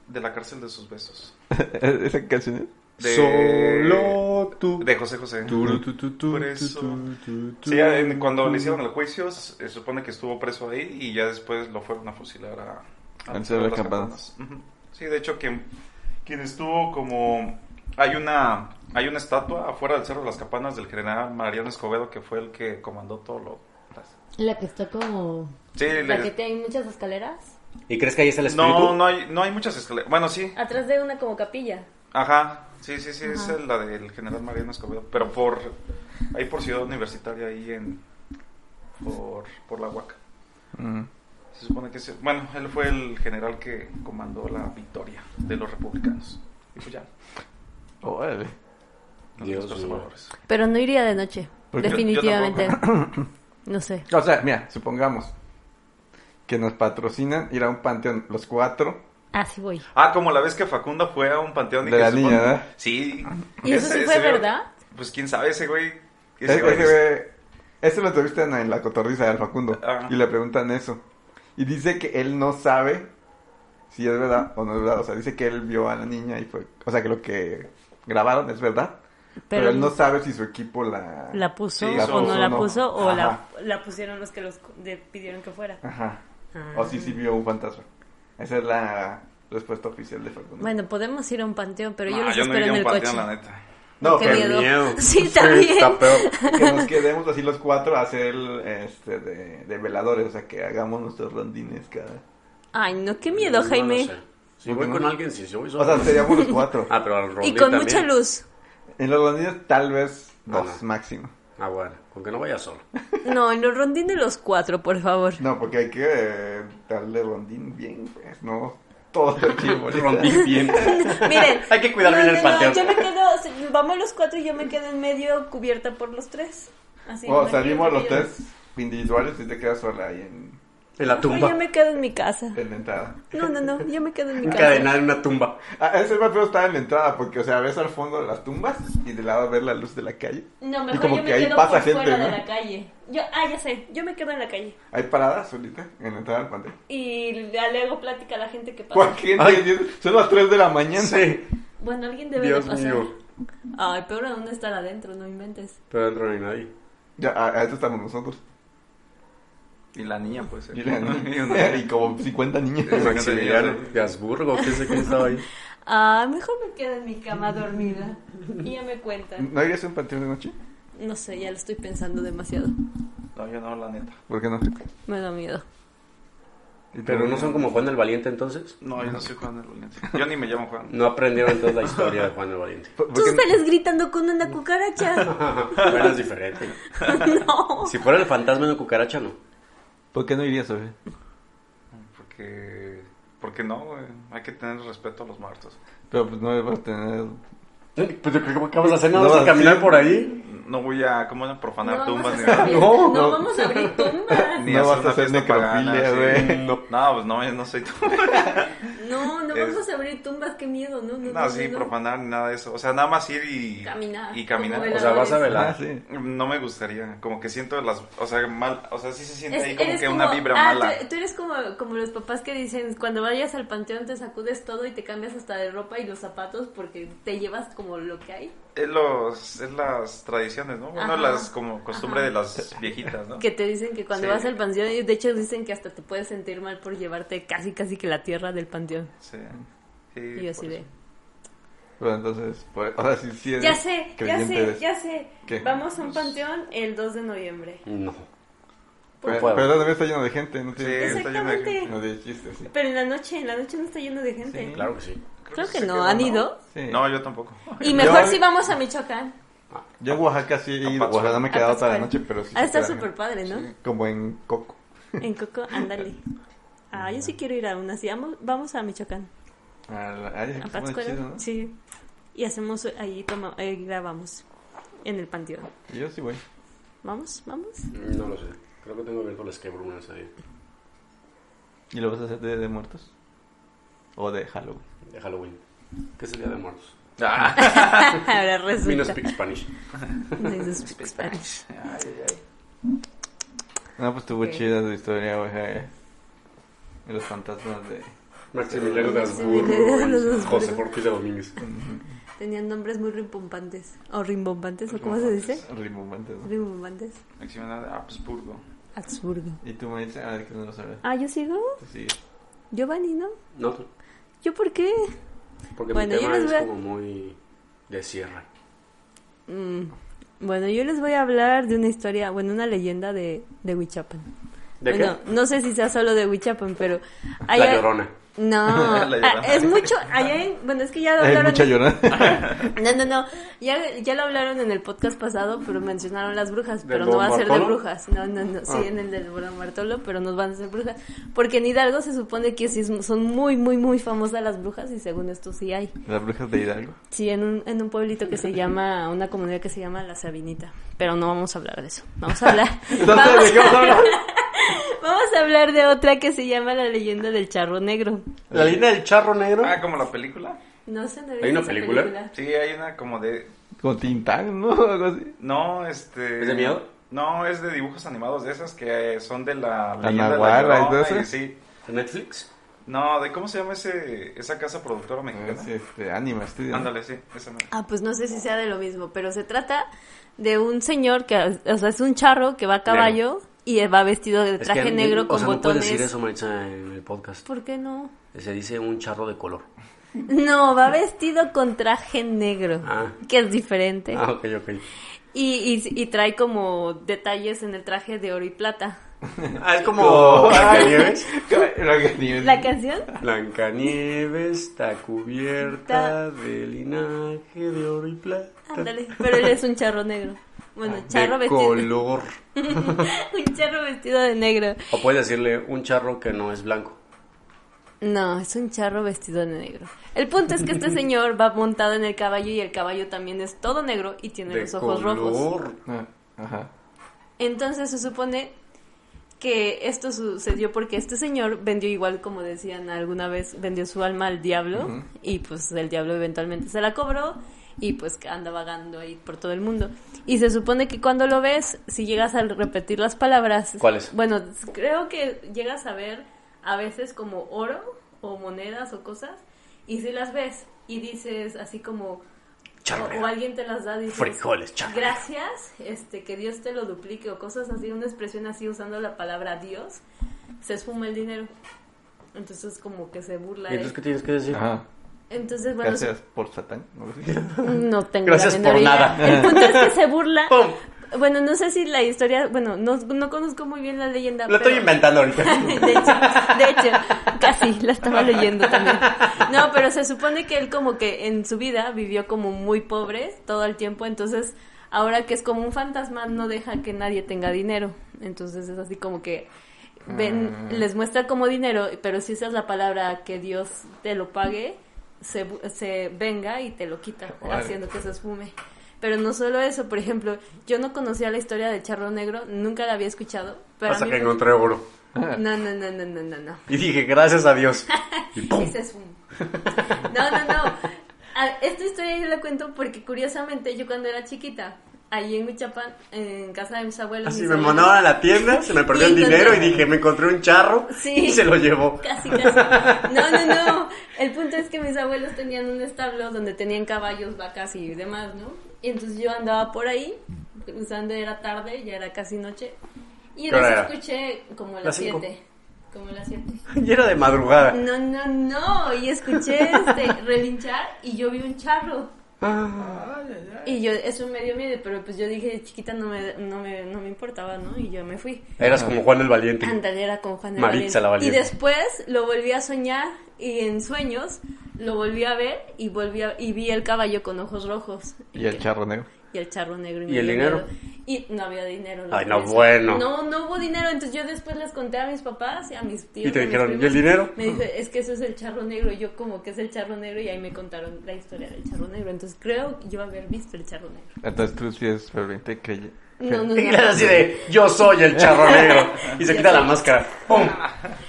De la cárcel de sus besos.
Esa canción es.
De,
Solo tú.
De José José.
Tú, tú, tú, tú,
Preso.
tú, tú, tú,
Sí, en-
tú,
cuando
tú.
le hicieron el juicio, se supone que estuvo preso ahí y ya después lo fueron a fusilar a, a
Al Cerro de
las
Campanas.
Ujú. Sí, de hecho, quien, quien estuvo como... Hay una, hay una estatua afuera del Cerro de las Campanas del general Mariano Escobedo, que fue el que comandó todo lo... las-
La que está como...
Sí,
La que
le-
tiene muchas escaleras.
¿Y crees que ahí está el espíritu?
no, no hay, no hay muchas escaleras. Bueno, sí,
Atrás de una como capilla.
ajá. Sí, sí, sí, esa es la del general Mariano Escobedo. Pero por... Ahí por Ciudad Universitaria, ahí en... Por, por la Huaca.
Mm.
Se supone que sí. Bueno, él fue el general que comandó la victoria de los republicanos. Y pues ya.
Órale.
los
Dios
conservadores.
Pero no iría de noche.
¿Por qué?
Definitivamente.
Yo
No sé.
O sea, mira, supongamos que nos patrocinan ir a un panteón los cuatro.
Ah, sí voy.
Ah, como la vez que Facundo fue a un panteón y
De
que
la
supone-
niña, ¿verdad?
Sí.
¿Y eso
Ese-
sí
ese
fue
güey-
verdad?
Pues quién sabe ese güey.
Ese, ese güey- ese eh, lo entrevistan en la cotorriza del Facundo
Ajá.
y le preguntan eso. Y dice que él no sabe si es verdad o no es verdad. O sea, dice que él vio a la niña y fue. O sea, que lo que grabaron es verdad. Pero,
Pero
él no sabe si su equipo la.
¿La puso
Sí,
o
hizo-
no la puso? ¿O la,
Ajá.
la pusieron los que los de- pidieron que fuera?
Ajá.
Ah. Oh,
O si sí vio un fantasma. Esa es la respuesta oficial de Facundo.
Bueno, podemos ir a un panteón, pero yo
No,
los
yo no
espero
iría a
en
un
el
panteón,
coche.
la neta.
no,
qué
pero
miedo. Sí, también.
está peor.
que nos quedemos así los cuatro a hacer este, de, de veladores. O sea, que hagamos nuestros rondines cada.
Ay, no, qué
No
miedo,
lo
Jaime.
sé. Si voy con alguien, si yo voy solo.
O sea, seríamos los cuatro.
Ah, pero al
y
rondín
con
también.
mucha luz.
En los rondines tal vez dos
Ajá.
máximo.
Ah, bueno, con que no vaya solo.
No, en los rondín de los cuatro, por favor.
No, porque hay que eh, darle rondín bien, pues, no todo el tiempo.
Rondín bien.
Miren.
Hay que cuidar bien el panteón.
yo me quedo, vamos los cuatro y yo me quedo en medio cubierta por los tres. Así.
O
no
Oh, salimos
quiero
los
que yo-
tres individuales y te quedas sola ahí en,
En la
No, yo
tumba.
me quedo en mi casa.
en la entrada.
No, no, no, yo me quedo en mi casa.
Encadenada en una tumba.
Ah, ese más feo estaba en la entrada porque, o sea, ves al fondo de las tumbas y de lado ver la luz de la calle.
No,
Y
mejor
como
yo
que
me
ahí
quedo
pasa
por
gente,
fuera
¿no?
de la calle. Yo, ah, ya sé, yo me quedo en la calle.
Hay paradas solita en la entrada del panteón.
Y le le hago plática a la gente que pasa.
¿Cuál gente?
Ay.
Dios, Son las 3 de la mañana.
Sí.
Bueno, alguien debe
Dios
de pasar.
mío.
Ay, peor aún estar adentro, no inventes.
Pero adentro no hay nadie.
Ya, a, a esto estamos nosotros.
Y la niña, pues.
Y, la niña- y como 50 niñas.
Sí.
Maximiliano de Habsburgo, quién sé quién estaba ahí.
Ah, mejor me quedo en mi cama dormida. Y ya me cuentan.
¿No irías a un panteón de noche?
No sé, ya lo estoy pensando demasiado.
No, yo no, la neta.
¿Por qué no?
Me da miedo.
Pero no son como Juan el Valiente entonces.
No, yo no soy Juan de Luliente. Yo ni me llamo Juan.
No aprendieron entonces la historia de Juan el Valiente.
¿Por- por
Tú
qué no?
sales gritando con una cucaracha.
Bueno, es diferente.
no.
Si fuera el fantasma de una cucaracha, no.
¿Por qué no irías, Sofía?
Porque... Porque no, güey. Hay que tener respeto a los muertos.
Pero pues no vas a tener...
Pues yo creo que acabas de hacer nada
No,
más que caminar
sí.
por ahí.
No voy a... ¿Cómo van a profanar
No vamos,
tumbas? ni
a
nada?
salir-
No,
no,
no.
vamos a abrir tumbas.
Ni
No
hacer
vas a
una
hacer
fiesta pagana,
necrofilia,
sí.
güey.
No, pues no, yo no soy tú.
No, no
Es-
vamos a abrir tumbas, qué miedo, no, no.
No, sí,
no.
profanar ni nada de eso. O sea, nada más ir y
Caminar,
Y caminar.
como
O sea, vas a
Ah,
velar.
sí.
No me gustaría, como que siento las, o sea, mal, o sea, sí se siente
Es-
ahí como
eres
que una vibra
ah,
mala.
Tú, tú eres como, como los papás que dicen, cuando vayas al panteón te sacudes todo y te cambias hasta de ropa y los zapatos porque te llevas como lo que hay,
Es los, es las tradiciones, ¿no? Bueno,
Ajá.
las como costumbre
Ajá.
de las viejitas, ¿no?
que te dicen que cuando
Sí.
vas al panteón, y de hecho dicen que hasta te puedes sentir mal por llevarte casi casi que la tierra del panteón.
Sí. Sí,
y yo así
por
de,
eso.
Pero entonces, pues, ahora sí, sí eres
Ya sé, ya
creyente de
sé,
eso.
ya sé.
¿Qué?
Vamos a un panteón el 2 de noviembre.
No.
Pues,
Pero,
puedo.
pero todavía está lleno de gente, no tiene,
Sí, está lleno de gente.
Exactamente.
no tiene chistes. Sí.
Pero en la noche, en la noche no está lleno de gente.
Sí.
Claro que sí.
Creo que
se
no,
quedó,
¿han
¿no?
ido?
Sí.
No, yo tampoco.
Y mejor
Yo-
si vamos a Michoacán.
Yo en Oaxaca sí he ido,
Pátzcuaro.
Oaxaca me he quedado toda la
Pátzcuaro.
noche, pero sí.
Ah,
se
está
quedan-
súper padre, ¿no?
sí, como en Coco.
En Coco, ándale. Ah, yo sí quiero ir a una así. Vamos, vamos a Michoacán,
A la- ahí Ah, se
a
pone
Pátzcuaro.
chido, ¿no?
Sí. Y hacemos, ahí, toma, ahí grabamos en el panteón.
Yo sí voy.
Vamos, vamos.
No lo sé. Creo que tengo abierto la escape room ese día.
¿Y lo vas a hacer de, de muertos? ¿O de Halloween?
De Halloween. ¿Qué es el día de muertos?
Ah.
Ahora
Me no
resulta.
speak Spanish.
No speak Spanish.
No, pues estuvo
Ok.
chida tu historia, güey. eh. Y los fantasmas de...
Maximiliano de
Maximiliano Pues de
Habsburgo.
Habsburgo.
José Portillo Domínguez.
Tenían nombres muy rimbombantes. O rimbombantes, ¿o cómo se dice?
rimbombantes, ¿no?
Rimbombantes.
Maximiliano de Habsburgo.
Habsburgo.
Y tú me dices, ah, que no lo sabes.
Ah, yo sigo.
Tú sí.
Giovanni, ¿no?
No,
¿Yo por qué?
porque
Bueno,
mi
yo
tema
les
es
voy a-
como muy de sierra.
Mm, Bueno, yo les voy a hablar de una historia, bueno, una leyenda de, de Huichapan.
¿De
bueno,
qué?
no sé si sea solo de Huichapan, pero...
La
allá-
llorona.
No,
La llorona.
ah, es mucho... Allá en- bueno, es que ya lo
Hay
hablaron...
mucha llorona.
No, no, no. Ya, ya lo hablaron en el podcast pasado, pero mencionaron las brujas.
¿Del
Pero no va a ser de
Don Bartolo?
brujas. No, no, no. Sí, en el del Don Bartolo, pero no van a ser brujas. Porque en Hidalgo se supone que sí es- son muy, muy, muy famosas las brujas y según esto sí hay.
Las brujas de Hidalgo.
Sí, en un, en un pueblito que se llama, una comunidad que se llama La Sabinita. Pero no vamos a hablar de eso. Vamos a hablar.
Entonces, ¿de qué vamos a hablar?
Vamos a hablar de otra que se llama La leyenda del charro negro.
La línea del charro negro.
Ah, como la película.
No sé, no he
¿Hay
visto
una
esa
película?
Sí, hay una como de.
Con Tintán, ¿no? Algo así.
No, este.
¿Es de miedo?
No, es de dibujos animados de esas que eh, son de la.
La
leyenda de
Nahuala y
Llorona
todo eso.
sí.
¿En Netflix?
No, de cómo se llama ese, esa casa productora mexicana.
Ah,
Es este, Anima Studio. ¿no?
Ándale, sí, esa mera.
Ah, pues no sé si sea de lo mismo, pero se trata de un señor que, o sea, es un charro que va a caballo y va vestido de traje negro con
o sea, no puedes
botones. Pues-
decir eso, Maritza, en el podcast.
¿Por qué no?
Se dice un charro de color.
No, va vestido con traje negro,
Ah.
que es diferente.
Ah, ok, ok.
Y, y, y trae como detalles en el traje de oro y plata.
Ah, es como Blancanieves.
Lo que tienes.
¿La canción?
Blancanieves está cubierta de linaje de oro y plata.
Ándale, pero él es un charro negro. Bueno, charro
Ah, de
vestido.
color.
Un charro vestido de negro.
O puedes decirle un charro que no es blanco.
No, es un charro vestido de negro. El punto es que este señor va montado en el caballo y el caballo también es todo negro y tiene
de
los ojos rojos.
color.
Ah, Ajá.
Entonces se supone que esto sucedió porque este señor vendió igual como decían alguna vez, vendió su alma al diablo y pues el diablo eventualmente se la cobró y pues que anda vagando ahí por todo el mundo. Y se supone que cuando lo ves, si llegas a repetir las palabras...
¿Cuáles?
Bueno, creo que llegas a ver a veces como oro o monedas o cosas y si las ves y dices así como...
Charro
O, o
negro.
alguien te las da dices,
Frijoles, charro.
Gracias, este, que Dios te lo duplique o cosas así, una expresión así usando la palabra Dios, se esfuma el dinero. Entonces como que se burla.
¿Y
de-
entonces qué tienes que decir?
Ajá.
Entonces, bueno,
Gracias por Satán. ¿no?
no tengo
Gracias
la menor
por
idea.
nada.
El punto es que se burla.
¡Pum!
Bueno, no sé si la historia, bueno, no, no conozco muy bien la leyenda.
Lo estoy
pero-
inventando ahorita.
de hecho, de hecho, casi la estaba leyendo también. No, pero se supone que él como que en su vida vivió como muy pobre todo el tiempo, entonces ahora que es como un fantasma no deja que nadie tenga dinero. Entonces es así como que ven, les muestra como dinero, pero si usas la palabra que Dios te lo pague, se, bu- se venga y te lo quita,
Órale.
haciendo que se esfume. Pero no solo eso, por ejemplo, yo no conocía la historia del charro negro, nunca la había escuchado. Pero a
Hasta
mí
que
me-
encontré oro.
no, no, no, no, no, no, no.
Y dije, gracias a Dios. Y ¡pum!
Ese es un... No, no, no. A- Esta historia yo la cuento porque curiosamente yo cuando era chiquita, ahí en Huichapan, en casa de mis abuelos...
Así
mis
me
abuelos-
mandaron a la tienda, se me perdió
Y
el dinero y
encontré-
dije, me encontré un charro
Sí.
y se lo llevó.
Casi, casi. No, no, no. El punto es que mis abuelos tenían un establo donde tenían caballos, vacas y demás, ¿no? Y entonces yo andaba por ahí, usando era tarde, ya era casi noche. Y
¿Qué hora
entonces
era?
escuché como a
Las
las
cinco.
7. como las siete.
Y era de madrugada.
No, no, no. Y escuché este relinchar y yo vi un charro. Y yo, eso me dio miedo, pero pues yo dije, chiquita, no me, no me, no me importaba, ¿no? Y yo me fui.
Eras como Juan el Valiente.
Ándale, era con Juan el
Maritza la
Y
Valiente.
después lo volví a soñar y en sueños lo volví a ver y volví a- y vi el caballo con ojos rojos.
Y el charro negro.
Y el charro negro.
¿Y
me
el
dio
dinero?
miedo. Y no había dinero. lo
Ay, no,
confieso.
bueno.
No, no hubo dinero. Entonces yo después les conté a mis papás y a mis tíos.
Y te
a mis
dijeron, ¿y
primos.
el dinero?
Me dijo, es que eso es el charro negro. Y yo como que es el charro negro y ahí me contaron la historia del charro negro. Entonces creo que yo haber visto el charro negro.
Entonces tú sí es ferviente crey-
No, no,
Y
no.
era así de, yo soy el charro negro. Y se quita la máscara. ¡Pum!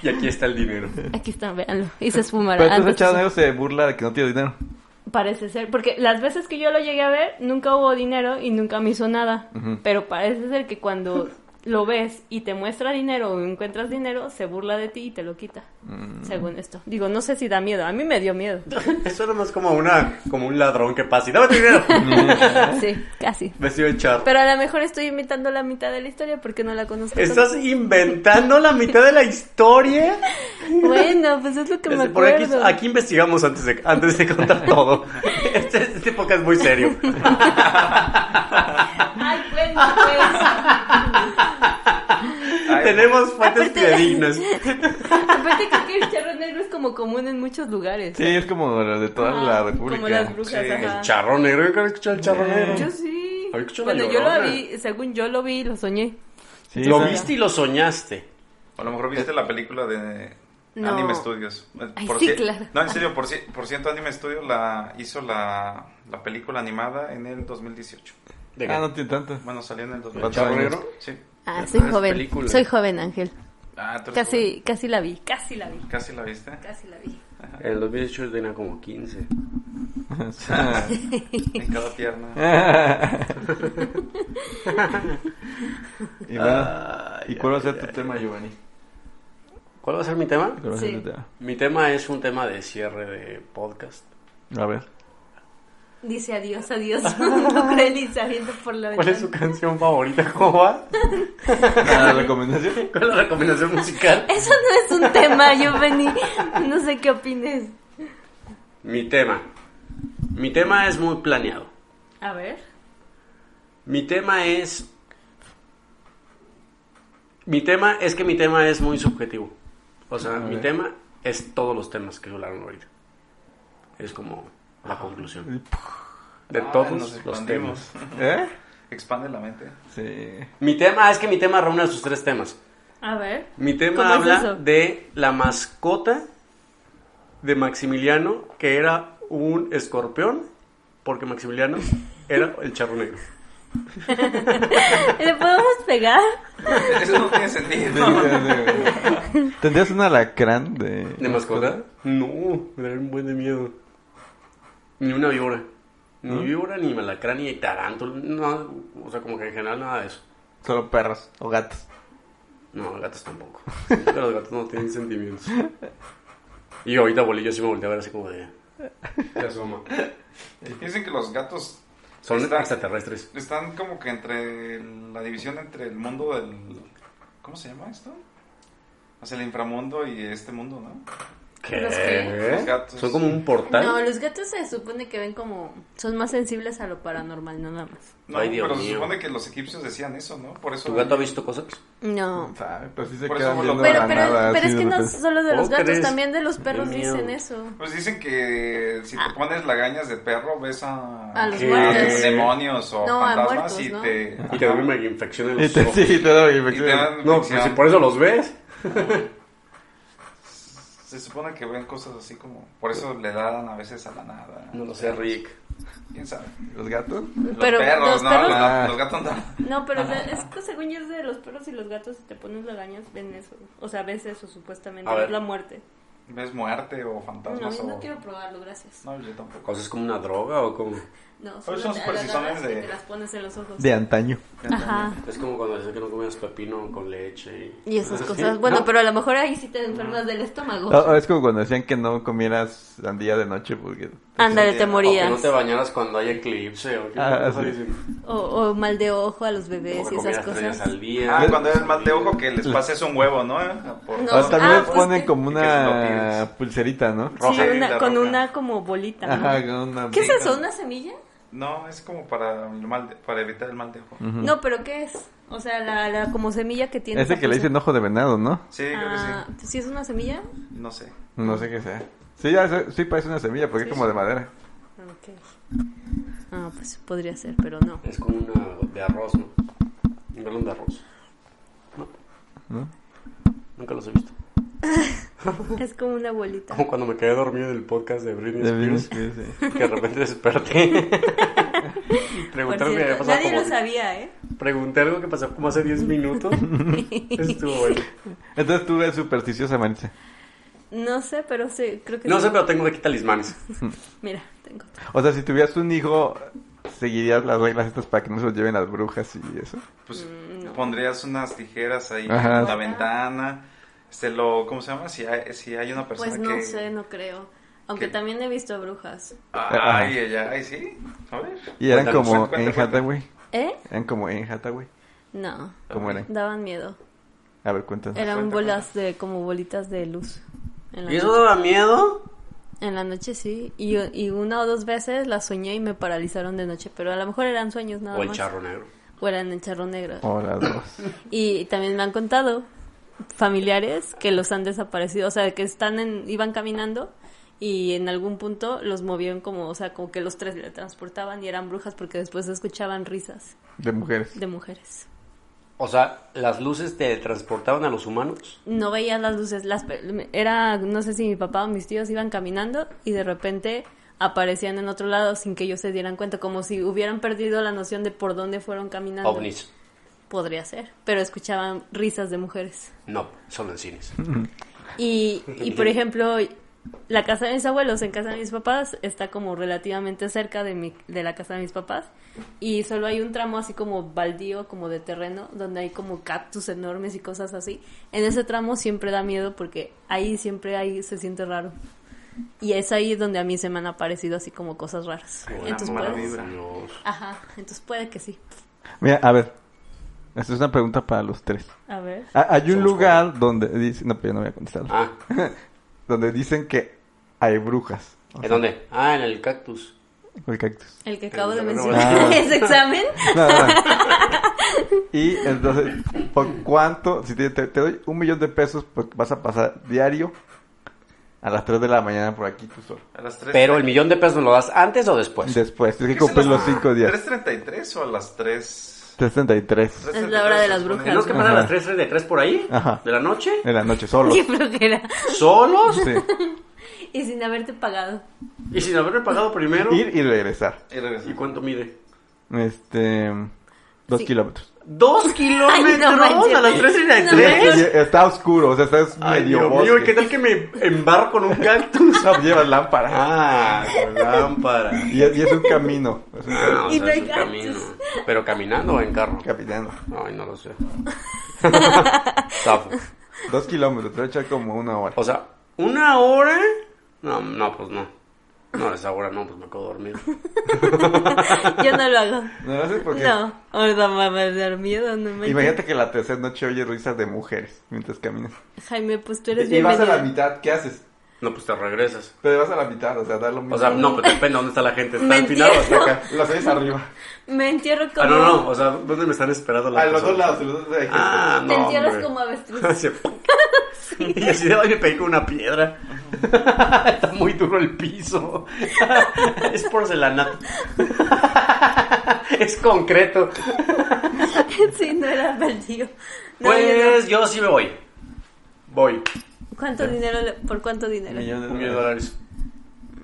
Y aquí está el dinero.
Aquí está, véanlo. Y se esfumará.
Pero entonces el
Antes-
charro negro se burla de que no tiene dinero.
Parece ser, porque las veces que yo lo llegué a ver, nunca hubo dinero y nunca me hizo nada.
Ujú.
Pero parece ser que cuando lo ves y te muestra dinero o encuentras dinero, se burla de ti y te lo quita.
Mm.
Según esto. Digo, no sé si da miedo. A mí me dio miedo.
Eso era más como una, como un ladrón que pasa y dame tu dinero.
sí, casi.
Vestido de charro.
Pero a lo mejor estoy inventando la mitad de la historia porque no la conozco.
¿Estás inventando la mitad de la historia?
tanto. Bueno, pues es lo que me
Este, por aquí,
acuerdo.
aquí investigamos antes de, antes de contar todo. Este, este podcast es muy serio.
Ay, bueno, pues.
Tenemos fuentes
Aparte de-
fidedignas.
Aparte creo que el charro negro es como común en muchos lugares.
Sí, es como lo de toda
Ajá,
la república.
Ah, Como las brujas,
Sí,
ajá.
Charro negro, yo nunca había escuchado el
Eh,
charro negro.
Yo sí.
Había escuchado
Bueno,
La
yo lo
Llorona.
vi, según yo lo vi, lo soñé.
Sí,
lo
sí.
viste y lo soñaste.
A lo mejor viste la película de
No.
Anime Studios. Eh,
Ay,
Por
sí,
ci-
claro.
No, en serio, por, ci- por cierto, Anime Studios la hizo la, la película animada en el 2018.
De
Ah, no tiene tanto.
Bueno, salió en el
¿Charro
2018.
negro?
Sí.
Ah,
soy Ah, es joven. película. Soy
joven, Ángel.
Ah, tú eres joven.
casi la vi, casi la vi,
¿Casi la viste?
casi la vi.
En el 2018 tenía como 15.
En cada pierna.
y
Ah,
bueno, ¿y
Ay,
cuál va a
ay,
ser tu
ay.
tema, Giovanni?
¿Cuál va a ser mi tema?
¿Cuál va a ser
Sí.
tu tema?
Mi tema es un tema de cierre de podcast.
A ver.
Dice adiós, adiós, mundo cruel y saliendo por la
¿Cuál
ventana.
es su canción favorita? ¿Cómo va?
¿La recomendación?
¿Cuál es la recomendación musical?
Eso no es un tema, yo vení, no sé qué opines.
Mi tema. Mi tema es muy planeado.
A ver.
Mi tema es. Mi tema es que mi tema es muy subjetivo. O sea,
A
mi
ver.
tema es todos los temas que hablaron ahorita. Es como la conclusión. De
Ah,
todos
nos
los
expandimos.
temas.
¿Eh?
Expande la mente.
Sí.
Mi tema es que mi tema reúne sus tres temas.
A ver.
Mi
¿Cómo
tema
es
habla
eso?
de la mascota de Maximiliano, que era un escorpión, porque Maximiliano era el charro negro.
¿Le podemos pegar?
Eso no tiene sentido.
¿Tendrías un alacrán de...
¿De mascota? No, me daría un buen de miedo. Ni una víbora. Ni víbora, ni malacrán, ni tarántula. No, o sea, como que en general nada de eso.
Solo perros o gatos.
No, gatos tampoco. Pero los gatos no tienen sentimientos. Y ahorita bolillo sí me volteé a ver así como de... Se asoma.
Dicen que los gatos
Son
Está-
extraterrestres.
están como que entre el- la división entre el mundo del... ¿Cómo se llama esto? O sea, el inframundo y este mundo, ¿no?
¿Qué?
¿Los qué?
Los gatos.
Son como un portal.
No, los gatos se supone que ven como... Son más sensibles a lo paranormal, no nada más.
No,
Ay, Dios
pero se
mío.
supone que los egipcios decían eso, ¿no? Por eso...
¿Tu gato ha visto cosas?
No.
¿Sabe? Pero sí se
Por
quedan
eso
viendo
lo-
a
Oh. Pero,
la
pero,
nada,
pero
así
es
de
que no
repente.
solo de los
¿Cómo
gatos,
crees?
también de los perros
Qué miedo.
dicen eso.
Pues dicen que si te pones lagañas de perro ves a,
Ah. A los
a
muertos.
demonios o
No, a
fantasmas
muertos,
y
¿no?
te...
Y te da una infección en
Y
los
te,
ojos.
sí, te da
y te
infección.
dan
No, pues
infección.
si por eso los ves.
Se supone que ven cosas así como... Por eso le dan a veces a la nada.
No lo sé, Rick.
¿Quién sabe?
¿Los gatos?
Los
Pero
perros,
los
no,
perros-
Los, los gatos no.
No, pero de- es que según yo es de los perros y los gatos, si te pones lagañas, ven eso. O sea, ves eso supuestamente,
A ver.
es la muerte.
Ves muerte o
No,
fantasmas
yo no
o...
quiero probarlo, gracias.
No, yo tampoco.
¿Cosas como una droga o como?
No,
Hoy
solo
son
te- a
supersticiones
las que
de-
te las pones en los ojos.
De antaño.
Ah,
Ajá.
Es como cuando decían que no comías pepino con leche. y-
Y esas
¿Sí?
cosas. Bueno,
¿No?
pero a lo mejor ahí sí te enfermas del estómago.
O- o Ah, es como cuando decían que no comieras sandía de noche porque...
Ándale, te
O que
morías.
no te bañaras cuando hay eclipse. O que
Ah, sí.
O, o mal de ojo a los bebés y esas
tres días
cosas.
al día.
Ah, cuando es mal de ojo que les pases un huevo, ¿no? Por-
No,
O también
ah,
les
pues
ponen
que-
como
que se lo
una
pides.
pulserita, ¿no?
Sí,
Roja,
una-
la
con
roja.
una como bolita. ¿no?
Ajá, con una...
¿Qué es eso? ¿Una semilla?
No, es como para, el mal de- para evitar el mal de ojo.
No, pero ¿qué es? O sea, la, la como semilla que tiene.
Ese
esa
que le
cosa.
dicen ojo de venado, ¿no?
Sí, creo que
Ah,
sí.
pues, ¿sí es una semilla?
No sé.
No sé qué sea. Sí, ya sé- sí parece una semilla porque es como de madera.
Ah, Ok. Ah, pues podría ser, pero no.
Es como una de arroz, ¿no? Un galón de arroz. No.
¿No?
Nunca los he visto.
Es como una bolita.
Como cuando me quedé dormido en el podcast de Britney
De Britney
Spears.
Spears, sí.
Que de repente desperté.
Por
Pregunté algo
cierto,
que había pasado
nadie
como...
lo sabía, ¿eh?
Pregunté algo que pasó como hace 10 minutos. Eso estuvo bueno.
Entonces tú eres supersticiosa, Maritza.
No sé, pero sí, creo que
No
sí.
sé, pero tengo aquí talismanes.
Mira, tengo. otro.
O sea, si tuvieras un hijo, seguirías las reglas estas para que no se los lleven las brujas y eso.
Pues
Mm,
pondrías unas tijeras ahí
Ajá.
en la ventana. Este, lo, ¿Cómo se llama? Si hay, si hay una persona
Pues no
que...
sé, no creo. Aunque
¿Qué?
también he visto brujas.
Ay, ay, ay, sí. A ver.
Y eran
Cuéntanos,
como
cuéntame,
en
cuéntame.
Hathaway.
¿Eh?
Eran como en Hathaway.
No,
¿Cómo eran?
daban miedo.
A ver, cuéntanos.
Eran
cuenta,
bolas de como bolitas de luz. En la,
¿Y eso daba miedo?
en la noche sí. Y, y una o dos veces las soñé y me paralizaron de noche. Pero a lo mejor eran sueños nada
O el
más.
charro negro.
O eran el charro negro.
O Oh, las dos.
Y también me han contado familiares que los han desaparecido, o sea, que están en, iban caminando y en algún punto los movieron como, o sea, como que los tres le transportaban y eran brujas porque después escuchaban risas
De mujeres.
de mujeres.
O sea, las luces te transportaban a los humanos.
No veía las luces, las pe- era, no sé si mi papá o mis tíos iban caminando y de repente aparecían en otro lado sin que ellos se dieran cuenta, como si hubieran perdido la noción de por dónde fueron caminando.
OVNIs.
Podría ser, pero escuchaban risas de mujeres.
No, solo en cines.
Y, y, por ejemplo, la casa de mis abuelos, en casa de mis papás, está como relativamente cerca de, mi, de la casa de mis papás. Y solo hay un tramo así como baldío, como de terreno, donde hay como cactus enormes y cosas así. En ese tramo siempre da miedo porque ahí siempre ahí se siente raro. Y es ahí donde a mí se me han aparecido así como cosas raras.
Una
Entonces pues,
mala
puede,
vibra.
Dios.
ajá, entonces puede que sí.
Mira, a ver. Esta es una pregunta para los tres.
A ver.
Ah, Hay un
Somos
lugar donde dicen... No, pero yo no voy a contestar.
Ah,
Donde dicen que hay brujas. O
¿en
sea,
dónde? Ah, en el cactus.
Con el cactus.
El que acabo de
Pero no,
mencionar
ah.
es examen.
No, no, no. Y entonces, ¿por cuánto? Si te, te- te doy un millón de pesos, pues vas a pasar diario a las 3 de la mañana por aquí tú solo.
A las 3.
Pero el millón de pesos lo das antes o después.
Después, tienes que cumplir los 5 días.
¿3.33 o a las 3?
333
Es la hora de las brujas.
¿Tenemos que pasar a las
Ajá.
3.33 por ahí?
Ajá.
¿De la noche?
en la noche solo.
Qué flojera.
¿Solos?
Sí.
Y sin haberte pagado.
Y sin haberme pagado primero.
Ir y regresar.
¿Y cuánto mide?
Este. Dos
Sí.
kilómetros.
¡Dos kilómetros!
manches.
a las
No
Y
3.33.
está oscuro, o sea, estás
Ay,
medio
Dios mío, ¿y
bosque.
¿qué tal que me embarro con un cactus?
No, pues, llevas lámpara.
Ah, con lámpara.
Y, es- y es un camino. Es un camino.
Ah, o
Y
sea,
no hay
es un
cactus.
camino. ¿Pero caminando o en carro?
Caminando.
Ay, no lo sé. Zafo.
Dos kilómetros, te va a echar como una hora.
O sea, ¿una hora? No, no, pues no. No, a esa hora no, pues me quedo dormido.
Yo no lo hago.
No lo haces porque
No, ahorita me va a dar miedo, no me
Imagínate que la tercera noche oye risas de mujeres mientras caminas.
Jaime, pues tú eres
Y vas
bienvenido.
a la mitad, ¿qué haces?
No, pues te regresas.
Pero vas a la mitad, o sea, da lo mismo.
O sea, no, pues depende de dónde está la gente. ¿Está
Me
al final o hasta acá?
Las oyes arriba.
Me entierro como...
Ah, no, no, o sea, ¿dónde me están esperando las
A los dos lados,
personas?
a los dos lados.
Ah,
Te
no,
entierras
hombre.
como avestruz.
Así, Y así de, oye, pegué con una piedra. Está muy duro el piso. es porcelanato. es concreto.
sí, no era perdido. No, yo
Pues yo sí me voy. Voy.
no. ¿Cuánto dinero? le- ¿Por cuánto dinero?
Millones
Un millón
Ah.
de dólares.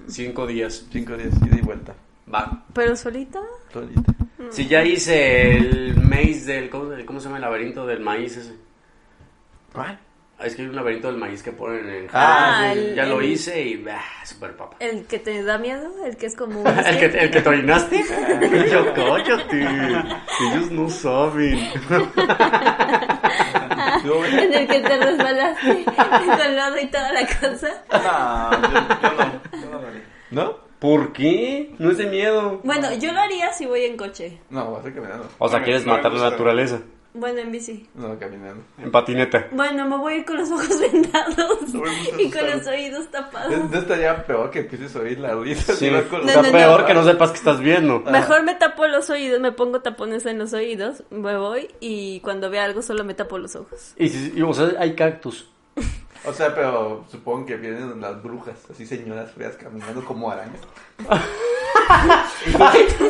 Cinco días.
Cinco días, ida y vuelta.
Va.
¿Pero solita?
Solita.
Mm.
Si ya hice el maíz del. ¿Cómo, cómo se llama el laberinto del maíz ese?
¿Cuál?
Ah, Es que hay un laberinto del maíz que ponen en.
Ah,
Ah, sí,
el-
ya lo
el-
hice y. Bah, super papa.
El que te da miedo, el que es como un
¿El Pues que,
skate.
el que te orinaste? Yo, cállate. Ellos no saben.
Ah. en el que te resbalaste con lodo y toda la cosa.
No, yo, yo no, yo no lo haría.
¿No? ¿Por qué? No es de miedo.
Bueno, yo lo haría si voy en coche.
No, vas a ir caminando.
O sea,
No me-
quieres
no me
matar la
gusta.
naturaleza.
Bueno, en bici.
No, caminando.
En patineta.
Bueno, me voy a ir con los ojos vendados
No me gusta
y con
asustarme.
los oídos tapados.
No estaría peor que empieces a oír la risa.
Sí.
si vas con-
Está
No, no,
peor
no.
que no sepas que estás viendo.
Mejor me tapo los oídos, me pongo tapones en los oídos, me voy y cuando vea algo solo me tapo los ojos.
Y, si- y, o sea, hay cactus.
O sea, pero supongo que vienen las brujas, así señoras feas caminando como arañas.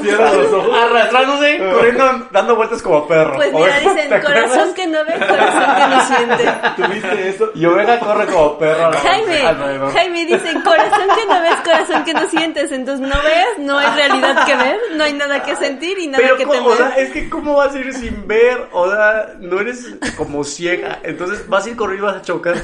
Cierra los ojos.
Arrastrándose, corriendo, dando vueltas como perro.
Pues mira,
Oveja, ¿te
dicen
acuerdas?
corazón que no ve, corazón que no siente.
¿Tuviste eso?
Y oveja corre como perro. al-
Jaime,
alrededor.
Jaime dicen corazón que no ves, corazón que no sientes, entonces no ves, no hay realidad que ver, no hay nada que sentir y nada
Pero
que
cómo, o sea,
temer.
es que cómo vas a ir sin ver, o sea, no eres como ciega, entonces vas a ir corriendo y vas a chocar.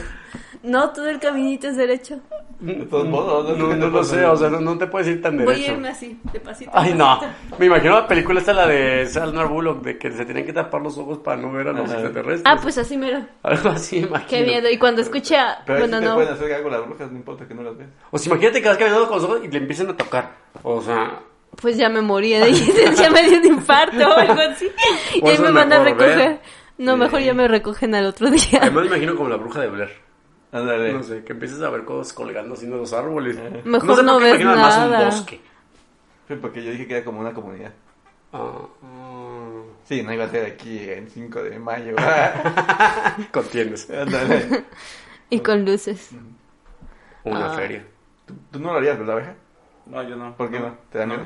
No, todo el caminito es derecho.
De todos modos,
No, no lo sé, o sea, no, no te puedes ir tan
Voy a
derecho.
irme así, de pasito.
Ay, no. Me imagino la película esta, la de Salma Bullock, de que se tienen que tapar los ojos para no ver a los extraterrestres.
Ah, pues así mero.
Algo así, imagino.
Qué miedo. Y cuando escuché, a-
Pero
bueno,
ahí sí te
no.
pueden hacer algo las brujas, no importa que no las veas.
O sea, imagínate que vas caminando con los ojos y le empiezan a tocar. O sea,
Pues ya me morí de ya me dio un infarto o algo así.
Por
y ahí
eso
me
es
van a
mejor
recoger.
ver.
No, mejor
Sí.
ya me recogen al otro día.
además me imagino como la bruja de Blair.
Ándale.
No sé, que empiezas a ver cosas colgando así de los árboles.
Mejor
sé por
no
qué
ver
imagino además un
nada.
bosque.
Sí, porque yo dije que era como una comunidad.
Ah, ah.
Sí, no iba a ser aquí en 5 de mayo. ¿verdad?
Contienes.
Ándale.
Y con luces.
Una
Ah.
feria.
¿Tú, tú no lo harías, ¿verdad, abeja?
No, yo no.
¿Por qué no? ¿Te da miedo?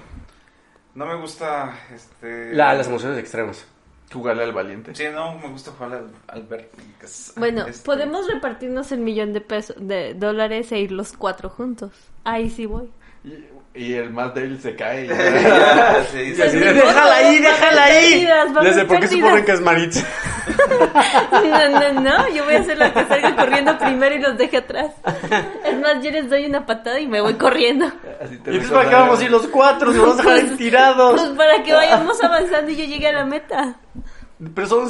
No me gusta, este...
La- las emociones extremas.
Jugarle al valiente.
Sí, no, me gusta jugar al, al Vertigas.
Bueno,
Este,
podemos repartirnos el millón de pesos, de dólares e ir los cuatro juntos. Ahí sí voy.
Y, y el más débil se cae. y-
ya, sí, sí,
Pues
Sí,
sí.
no,
déjala ahí,
vamos
déjala ahí.
perdidas, vamos
Desde por qué
perdidas.
suponen que es Maritza.
No, no, no. Yo voy a ser la que salga corriendo primero y los deje atrás. Es más, yo les doy una patada y me voy corriendo.
Así te
Y entonces
recordaré.
para qué vamos a ir los cuatro, nos vamos a dejar ahí tirados.
Pues para que vayamos avanzando y yo llegue a la meta.
Pero son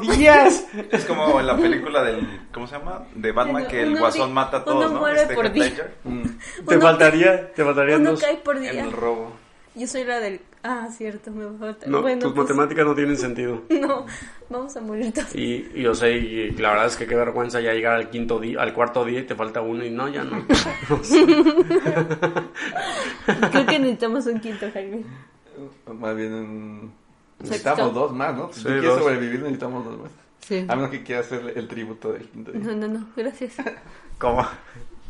días.
Es como en la película del... ¿Cómo se llama? De Batman,
Uno-
que el
uno
guasón
di-
mata a todos,
uno
¿no?
muere
Este,
por
Heath
día.
Ledger,
Te
Uno
faltaría, te faltarían
Uno
dos.
cae por
en
día.
el robo.
Yo soy la del... Ah, cierto, me falta.
No,
bueno,
tus
pues,
matemáticas no tienen sentido.
No, vamos a morir todos.
Y, y yo sé, y la verdad es que qué vergüenza ya llegar al quinto día, al cuarto día y te falta uno y no, ya no.
Creo que necesitamos un quinto, Jaime.
Más bien un-
Sexto.
Necesitamos dos más, ¿no? Si
Sí,
tú quieres
dos.
sobrevivir, necesitamos dos más.
Sí.
A menos que quieras hacer el tributo del quinto día.
No, no, no, gracias.
¿Cómo?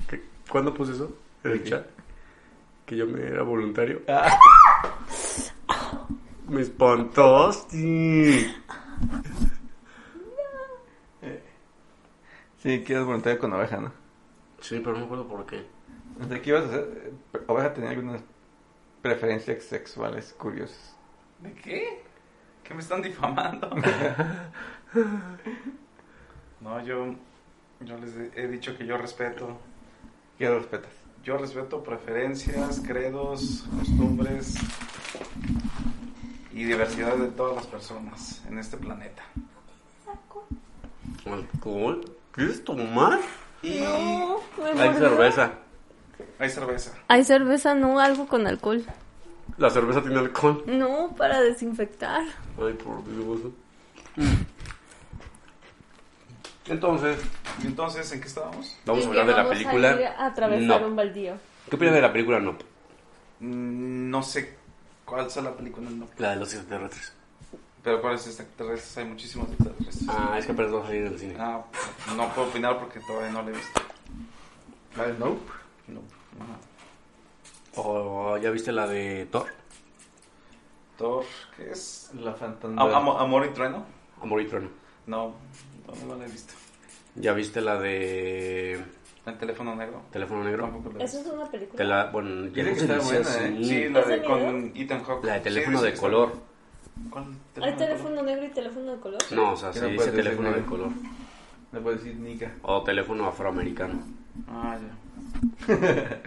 ¿Qué- ¿Cuándo puse eso? En el chat. Que yo me era voluntario.
Ah.
Me espantó. Sí.
Sí, quieres voluntario con oveja, ¿no?
Sí, pero no me acuerdo por qué.
O sea, ¿qué ibas a hacer? Eh, Oveja tenía algunas preferencias sexuales curiosas.
¿De qué? ¿Qué me están difamando? no, yo... Yo les he- he dicho que yo respeto.
¿Qué respetas?
Yo respeto preferencias, credos, costumbres y diversidad de todas las personas en este planeta.
¿Alcohol? ¿Quieres tomar?
Y
No, me
Hay
mordió.
cerveza.
hay cerveza.
Hay cerveza, no, algo con alcohol.
La cerveza tiene alcohol.
No, para desinfectar.
Ay, por Dios. Mm. Entonces,
Y entonces, ¿en qué estábamos?
vamos a
Y
hablar de la
llegamos a ir
película.
a atravesar un
No.
baldío.
¿Qué opinan de la película No?
Mm, No sé cuál sea la película, no.
La de los extraterrestres.
Pero cuál es extraterrestres, hay muchísimos extraterrestres.
Ah, es que apenas va a salir del cine.
Ah, no puedo opinar porque todavía no la he visto.
¿La de Nope?
No. no.
¿O ya viste la de Thor?
Thor, ¿qué es?
La fantasma.
Am- Amo- Amor y Trueno.
Amor y Trueno.
No, no, no la he visto.
¿Ya viste la de
El teléfono negro.
Teléfono Negro?
Tampoco la he
Eso
visto.
es una película.
Te la, bueno,
Dice
ya no
que
se
está
dice
buena,
así.
Sí, la
¿Es de
de con
miedo?
Ethan Hawke.
La de
Sí,
teléfono
sí,
de
sí,
color.
¿Cuál
¿Hay
teléfono de color?
Ah, teléfono negro y teléfono de color?
No, o sea, sí
no
dice
puedes decir
teléfono de
negro?
color.
Le puedes decir Nica.
O teléfono afroamericano.
Ah, ya.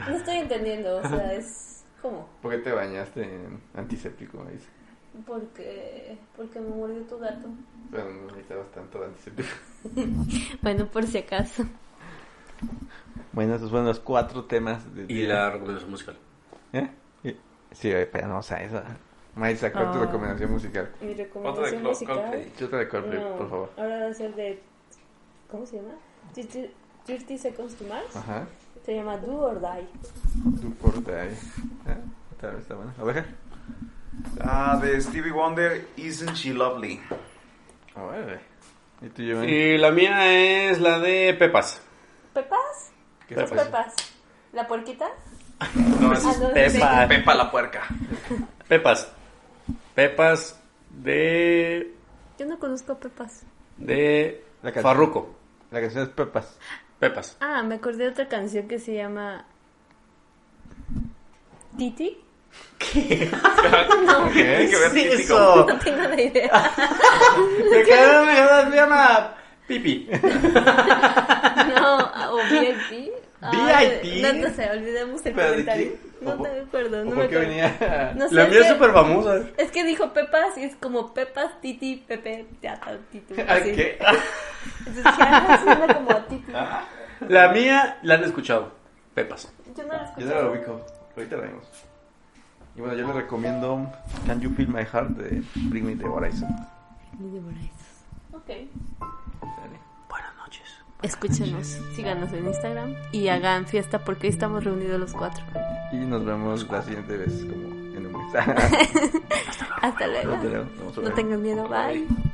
No estoy entendiendo, o sea, es como,
¿Por qué te bañaste en antiséptico? Me dice.
porque, porque me mordió tu gato.
Pero no necesitabas tanto de antiséptico.
Bueno, por si acaso.
Bueno, esos fueron los cuatro temas. De,
Y la recomendación musical.
¿Eh? Y- Sí, eh, pero no, o sea, eso. Maisa, ¿cuál es tu
Ah.
recomendación musical?
Mi
Otra de
recomendación
Clo-
musical.
Coldplay.
Yo te recuerdo,
No,
por favor.
ahora va a ser de, ¿cómo se llama? 30 30 Seconds to Mars.
Ajá.
Se llama Do or Die.
Tu porta ahí. Ah, Tal vez está bueno. ¿Oveja?
Ah, de Stevie Wonder, Isn't She Lovely?
Órale. ¿Y tú, Giovanni?
Y la mía es la de Pepas.
¿Pepas?
¿Qué
¿Qué es
tal?
Pepas? ¿La puerquita?
No, es
Ah, no,
Pepa.
Pepa la puerca.
Pepas. Pepas de.
Yo no conozco a Pepas.
de.
La canción.
Farruco.
La canción es Pepas.
Pepas.
Ah, me acordé de otra canción que se llama Titi.
¿Qué, que ver
es
típico.
eso?
No tengo la idea.
Me quedé, me quedé, se llama Pipi.
No, ah, o VIP. Ay,
VIP.
No, no sé, olvidemos el
¿Pero de
comentario.
qué?
No
¿O por-
te acuerdo, no
¿O
me
por qué
acuerdo.
venía?
No sé,
La mía es
que-
súper famosa.
Es que dijo Pepas y es como Pepas, Titi, Pepe, Tata, Titu.
¿A
así.
qué?
Entonces dije, ah, suena como a Titi.
La mía la han escuchado. Pepas.
Yo no la
Yo no
escuché.
la ubico. Ahorita la vemos. Y bueno, yo le recomiendo Can You Feel My Heart de Bring Me The Horizon.
Ok.
Dale.
Buenas noches.
Escúchenos, síganos en Instagram y hagan fiesta porque hoy estamos reunidos los cuatro.
Y nos vemos la siguiente vez, como en un mes.
Hasta luego.
Nos vemos.
No tengan miedo, bye.